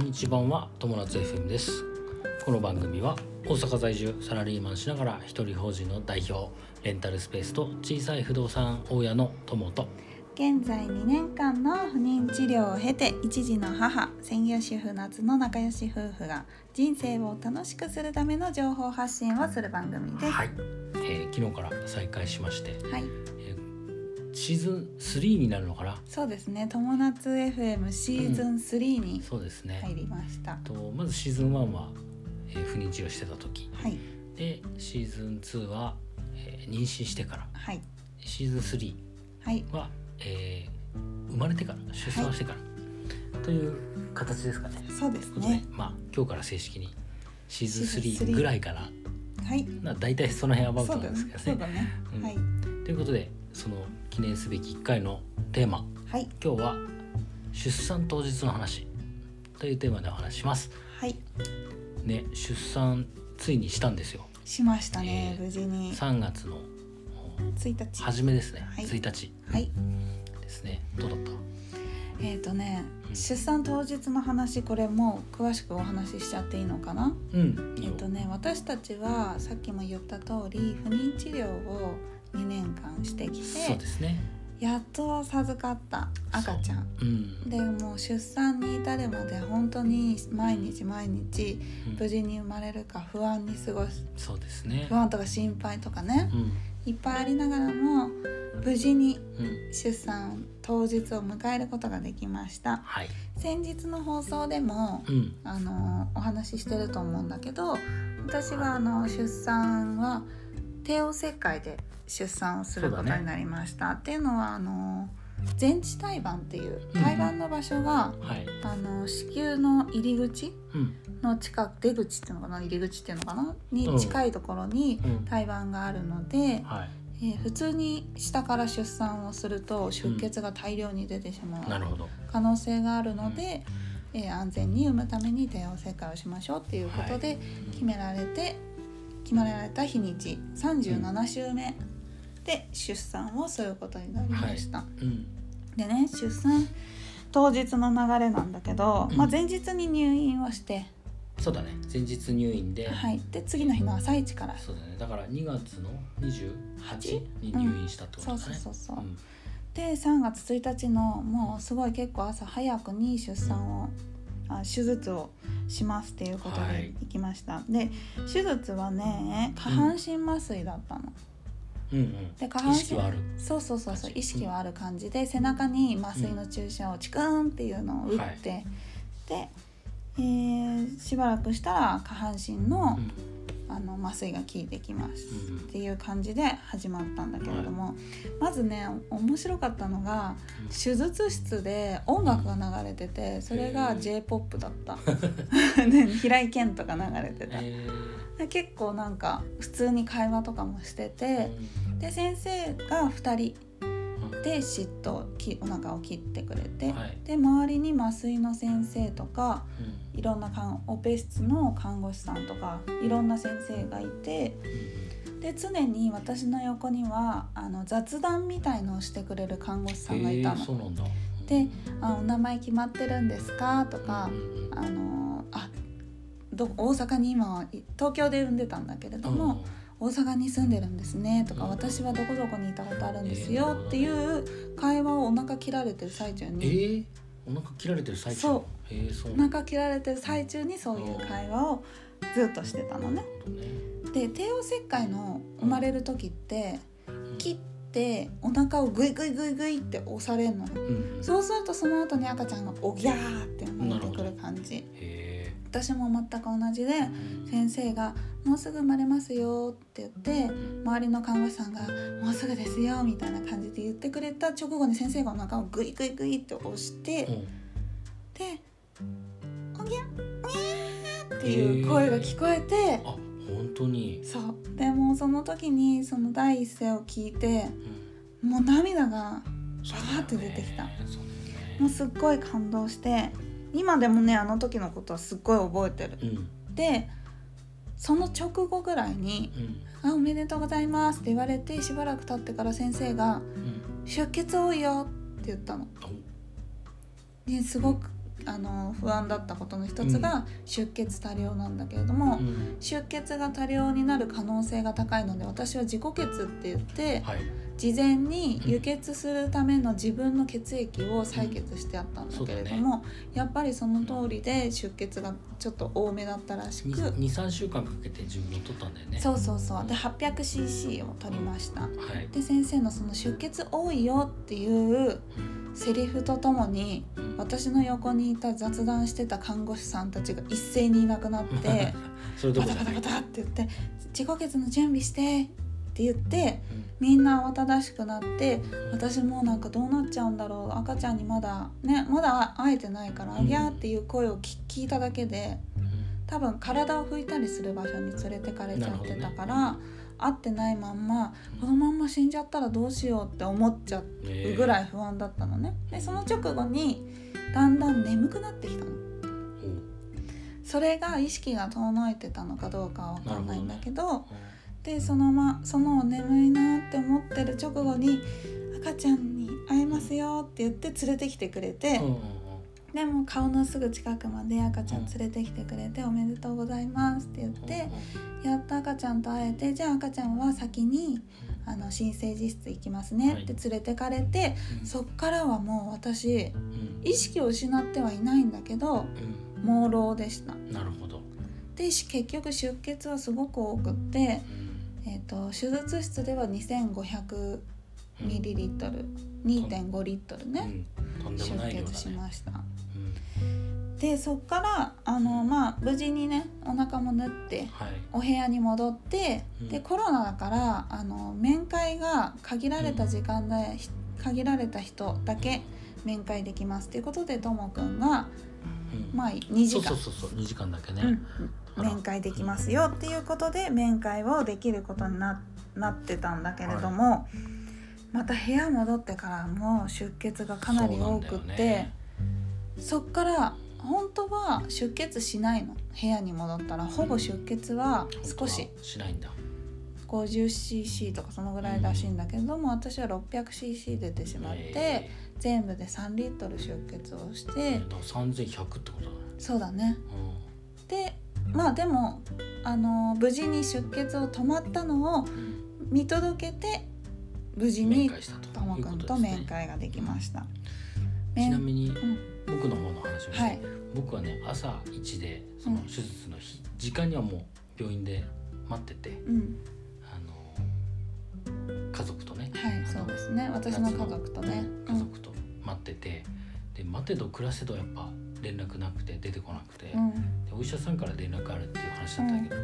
日版は友達 FM ですこの番組は大阪在住サラリーマンしながら一人法人の代表レンタルスペースと小さい不動産大家の友と現在2年間の不妊治療を経て一児の母専業主婦夏の仲良し夫婦が人生を楽しくするための情報発信をする番組です。い、えー昨日から再開しましてはい、シーズン3になるのかなそうですね。友達 FM シーズン3にそうですね、入りました。とまずシーズン1は、えー不妊治療してた時はいでシーズン2は、えー妊娠してからはいシーズン3はいは、えー生まれてから出産してから、という形ですかね。そうですことで、ね。まあ今日から正式にシーズシーズンン3 3ぐらいからはいな大体その辺アバウそトうなだんねですけそうどね。だね。うんはいということでその記念すべき1回のテーマはい今日は出産当日の話というテーマでお話しします。はいね出産ついにしたんですよ。しましたね。えー無事に3月の1日。初めですね、はい1日はい。ですねどうだったえっ、とね、うん出産当日の話これもう詳しくお話ししちゃっていいのかなうんいいえっ、よとね私たちはさっきも言った通り不妊治療を2年間してきそてうですねやっと授かった赤ちゃんうんでもう出産に至るまで本当に毎日毎日うん無事に生まれるか不安に過ごすそうですね不安とか心配とかねうんいっぱいありながらも無事にうん出産当日を迎えることができましたはい先日の放送でもうんあのお話ししてると思うんだけど私はあの出産は帝王切開で出産をすることそうだねになりました、っていうのはあの前置胎盤っていううん胎盤の場所が、はいあの子宮の入り口うんの近く出口っていうのかな入り口っていうのかなに近いところにうん胎盤があるので、はえー普通に下から出産をすると出血が大量に出てしまう、いなるほど可能性があるので、えー安全に産むために帝王切開をしましょうっていうことで決められて、決まられた日にち37週目で出産をすることになりました。うんでね出産当日の流れなんだけど、うんまあ、前日に入院をして、そうだね前日入院ではい、で次の日の朝一からそうだねだから2月の28にうん入院したってことそだうねそうそうそう、うんで3月1日のもうすごい結構朝早くに出産を、あ手術をしますっていうことはでい行きました、で手術はね下半身麻酔だったの、うんうんで下半意身識はあるそうそうそうそう確かに意識はある感じで背中に麻酔の注射をチクーンっていうのを打って、で、えーしばらくしたら下半身の,、うんあの麻酔が効いてきます、うんっていう感じで始まったんだけれども、まずね面白かったのがうん手術室で音楽が流れててそれへがー j p o p だっ た、ね、平井堅とか流れてた、えで結構なんか普通に会話とかもしてて、ーで先生が2人うんで嫉妬きお腹を切ってくれて、はいで周りに麻酔の先生とかうんいろんな看オペ室の看護師さんとかいろんな先生がいてで常に私の横にはあの雑談みたいのをしてくれる看護師さうんんがいへたーの。そうなんだであお名前決まってるんですか?」とうんかうんう「んあのあど大阪に今はい東京で産んでたんだけれどうんも、大阪に住んでるんですね」とか、うん私はどこどこにいたことあるんですえーなよる」ほどねっていう会話をお腹切られてる最中えに、ーお腹切られてる最中そえーそうおなんだ腹切られてる最中にそういう会話をずっとしてたのね。ねで帝王切開の生まれる時ってうん切ってお腹をグイグイグイグイって押されるの。うんうんそうするとその後に赤ちゃんがおぎゃーって生まれてくる感じ。へ私も全く同じでー先生が「もうすぐ生まれますよ」って言って周りの看護師さんが「もうすぐですよ」みたいな感じで言ってくれた直後に先生がお腹をグイグイグイって押して、うんで「おぎゃおぎゃ」っていう声が聞こえて、あ本当にそうでもうその時にその第一声を聞いてうんもう涙がそうバーって出てきただよねそうだよねもうすっごい感動して今でもねあの時のことはすっごい覚えてる。うんでその直後ぐらいにうん「あおめでとうございます」って言われてしばらく経ってから先生が「うん出血多いよ」って言ったの。あねすごくあの不安だったことの一つが出血多量なんだけれども、うん出血が多量になる可能性が高いので私は自己血って言ってはい事前に輸血するための自分の血液を採血してあったんだけれども、やっぱりその通りで出血がちょっと多めだったらしく、 23週間かけて自分を取ったんだよねそうそうそうで 800cc を取りました。はいで先生のその出血多いよっていうセリフとともにうん私の横にいた雑談してた看護師さんたちが一斉にいなくなってそれ どバころタじバゃなタバタいって言って「自己血の準備して」って言ってうんみんな慌ただしくなって私もうなんかどうなっちゃうんだろう赤ちゃんにまだねまだ会えてないから「うあんぎゃ」っていう声を聞聞いただけで多分体を拭いたりする場所に連れてかれちゃってたから、会ってないまんまこのまんま死んじゃったらどうしようって思っちゃうんうねえぐらい不安だったのね。でその直後にだんだん眠くなってきたの。おうそれが意識が遠のいてたのかどうかは分かんないんだけどうでそのまその眠いなって思ってる直後に赤ちゃんに会えますよって言って連れてきてくれて、んうんうんでもう顔のすぐ近くまで赤ちゃん連れてきてくれて、おめでとうございますって言って。やっと赤ちゃんと会えてじゃあ赤ちゃんは先にあの新生児室行きますねって連れてかれて、うんそっからはもう私うん意識を失ってはいないんだけどう朦朧でした。んなるほどでし結局出血はすごく多くって、うんえー、と手術室では2500うんミリリットル2.5リットルね、うんとんで出もない量だ血しねました。うんでそっからあの、まあ、無事にねお腹も縫ってはいお部屋に戻って、うんでコロナだからあの面会が限られた時間で、ひ限られた人だけ面会できますということでともくんが、うんまあ、2時そうそ間うそうそう2時間だけねうんあら面会できますよっていうことで面会をできることにななってたんだけれども、また部屋戻ってからもう出血がかなり多くそっうなんだよてそ,、ねっから本当は出血しないの部屋に戻ったらほぼ出血は少し。本当はしないんだ 50cc とかそのぐらいらしいんだけれども、私は 600cc 出てしまって、え全部で3リットル出血をしてえだから3100ってことだねそうだねでまあでもあの無事に出血を止まったのをうん見届けて無事面に会したとともいうくこんととですね面会ができました。ちな面みにうん、僕の方の話をして、はい僕はね朝1でその手術の日、時間にはもう病院で待っててうん、あの家族とねはいそうですね私の家族とね。う家ん族と待ってて、で待てど暮らせどやっぱ連絡なくて出てこなくて、うんでお医者さんから連絡あるっていう話だったんだけど、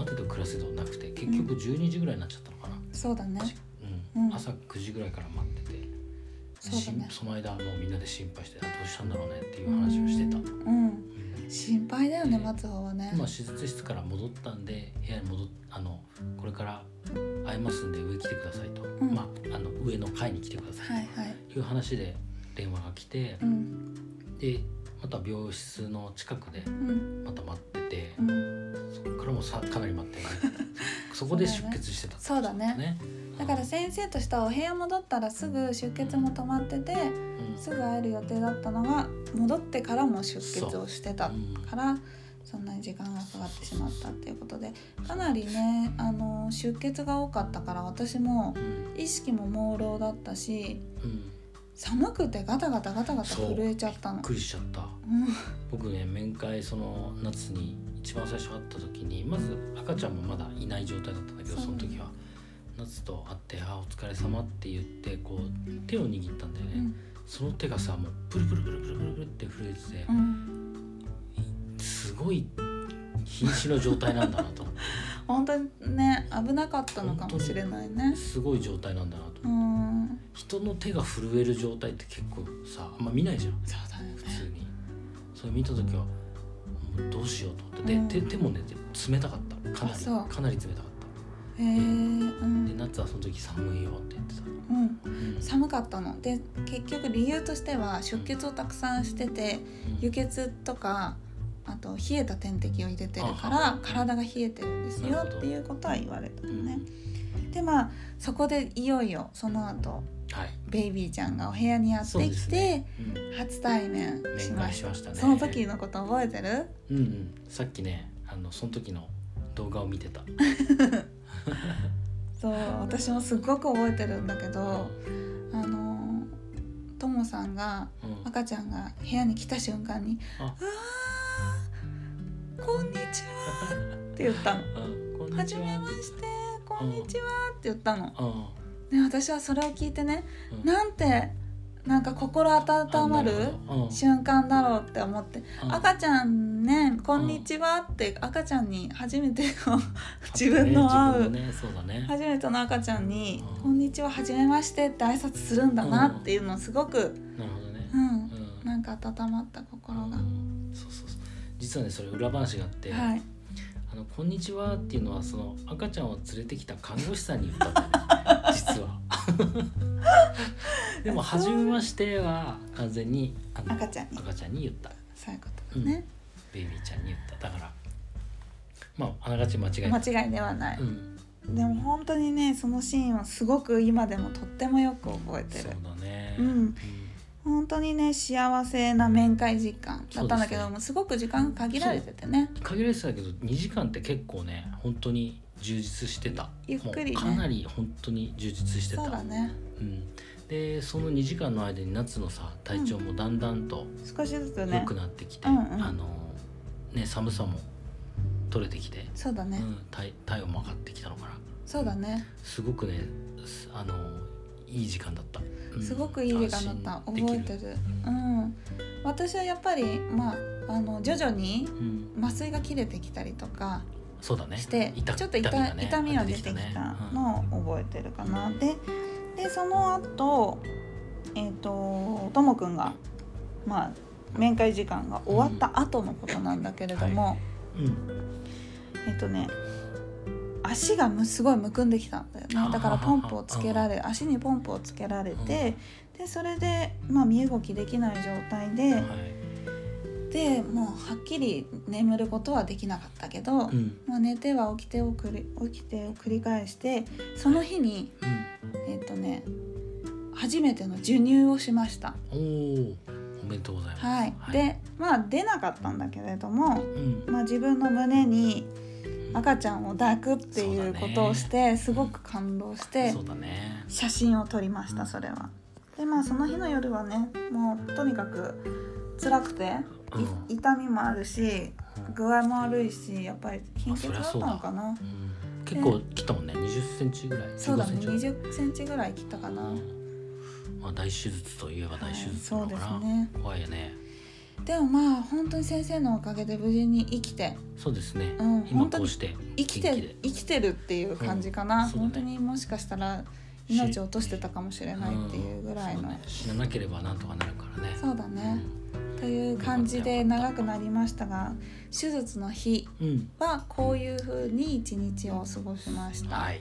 待てど暮らせどなくて結局12時ぐらいになっちゃったのかな、そうだね。うんうん朝9時ぐらいから待っててそうだねし。その間もうみんなで心配してあどうしたんだろうねっていう話をしてた。うん、心配だよね待つ方はね。今手術室から戻ったんで部屋に戻っあのこれから会えますんで上来てくださいと、んまああの上の階に来てくださいはいはい。という話で電話が来てう、んでまた病室の近くでうんまた待ってて、うん。そこからもさかなり待っ て、ね、そこで出血してたってことねだから先生としてはお部屋戻ったらすぐ出血も止まっててうんすぐ会える予定だったのが戻ってからも出血をしてたうんからそんなに時間がかかってしまったっていうことでかなりねあの出血が多かったから私もうん意識も朦朧だったしうん寒くてガタガタガタガタそう震えちゃったびのっ。くりしちゃったうん僕ね面会その夏に一番最初会った時にまず赤ちゃんもまだいない状態だったんだけどそうその時は夏と会って「あお疲れ様って言ってこう手を握ったんだよね、うんその手がさもうプルプルプルプルプルプルって震えてて、うんすごい瀕死の状態なんだな と本当にね危なかったのかもしれないね。すごい状態なんだなとうん人の手が震える状態って結構さあんま見ないじゃんそうだよ普ね通にそれ見た時はもうどうしようと思ってで、うん手手もね冷たかったかなありそうかなり冷たかった。へえうでん夏はその時寒いよって言ってた、うんうん寒かったので結局理由としては出血をたくさんしてて輸血とかあと冷えた点滴を入れてるかあはら体が冷えてるんですなよるほどっていうことは言われたのうんね。でまあそこでいよいよその後はいベイビーちゃんがお部屋にやってそうできすて、ねうん初対面しました面会しましたねその時のこと覚えてるうんうん、さっきねあのその時の動画を見てた、そう私もすっごく覚えてるんだけどあのともさんがうん、赤ちゃんが部屋に来た瞬間に「ああーこんにちは」って言ったのあこ「んにはちじはめましてこんにちは」って言ったの、あね、私はそれを聞いてねうんなんてなんか心温まる瞬間だろうって思って赤ちゃんね「こんにちは」って赤ちゃんに初めての自分の会うね自分のねそうだね初めての赤ちゃんにう「んこんにちははじめまして」って挨拶するんだなっていうのすごく、なるほどねう、ん、うんなんか温まった心が、うんそうそうそう実はねそれ裏話があって「はいあのこんにちは」っていうのはその赤ちゃんを連れてきた看護師さんに言ったんだよ ね実は でも「はじめまして」は完全にあの赤ちゃんに赤ちゃんに言ったそういうことだね、ベイビーちゃんに言っただからまああながち間違いない、間違いではない、うん、でも本当にねそのシーンはすごく今でもとってもよく覚えてそうるだね、うん本当にね幸せな面会時間だったんだけどそうですねもうすごく時間限られててね限られてたけど2時間って結構ね本当に充実してたゆっくりねもうかなり本当に充実してたそうだねうん、でその2時間の間に夏のさ体調もだんだんと少しずつ良ねくなってきて、うんうんあのね寒さも取れてきて、そうだね、うん、体体温も上がってきたのかなそうだねすごくねすあのいい時間だった、うんすごくいい時間だった安心でき覚えてるうん私はやっぱりまああの徐々にうん、麻酔が切れてきたりとかそうだねして、痛ちょっと痛がね痛みが出てきねたのを覚えてるかな、ででその後えっ、とともくんがまあ面会時間が終わった後のことなんだけれども、うんうんえっ、とね足がむすごいむくんできたんだよねだからポンプをつけられ足にポンプをつけられて、でそれで、まあ、身動きできない状態で、はいでもうはっきり眠ることはできなかったけど、うんうんまあ、寝ては起きてを繰り起きてを繰り返してその日にえっ、とね初めての授乳をしました。おーおめでとうございますはい、でまあ出なかったんだけれども、うんまあ、自分の胸に赤ちゃんを抱くっていうことをして、すごく感動してそうだね写真を撮りましたそれは。でまあその日の夜はねもうとにかく辛くてうんい痛みもあるし具合も悪いしやっぱり貧血だったのかな。うん結構切ったもんね20センチぐらいそうだ15ね、セン二チ十センチぐらい切ったかな。うんまあ大手術といえば大手術なのかな、はいそうですね怖いよねでもまあ本当に先生のおかげで無事に生きて、そうですね、うん、今本当こうにして生き元気てで生きてるっていう感じかな、うんそうだ本ね当にもしかしたら命を落としてたかもしれないっていうぐらいの、うんそうだね死ななければなんとかなるからねそうだねう。という感じで長くなりましたが、手術の日うん、はこういう風に一日を過ごしました。はい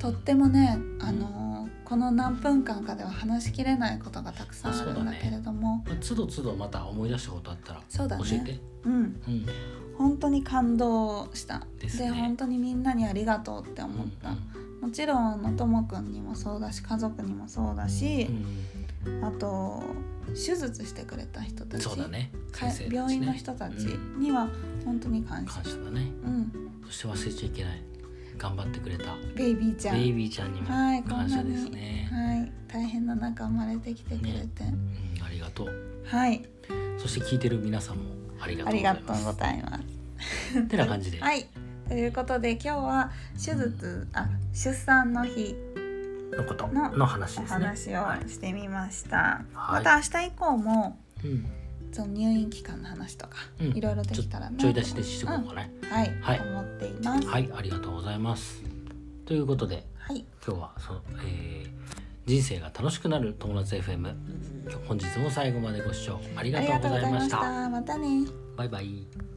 とってもね、あのーこの何分間かでは話しきれないことがたくさんあるんだけれども、まあ都度都度また思い出したことあったらそうだ教ねえてうん。うん本当に感動したで,、ですね本当にみんなにありがとうって思った、もちろんあのともくんにもそうだし家族にもそうだしう、んあと手術してくれた人うたん、ちそうだねか先生たちね病院の人たちには本当に感謝感、謝だねうん、そして忘れちゃいけない頑張ってくれたベイビーちゃんベイビーちゃんにもはいこんな感に謝ですね、はい、大変な中生まれてきてくれて、うん、ありがとうはいそして聞いてる皆さんもありがあとうごりざがいとまうすございますてな感じで、はいということで今日は手術あ出産の日のことのの話おですね話をはいしてみました、はまいた明日以降もうん、その入院期間の話とか、うんいろいろできたらなちょい出しでしていこうかね、はい、はい思っていますはいありがとうございますということではい、今日はその、えー人生が楽しくなる友達 FM 本日も最後までご視聴ありあがりとがうとごうございざいままししたたまたねバイバイ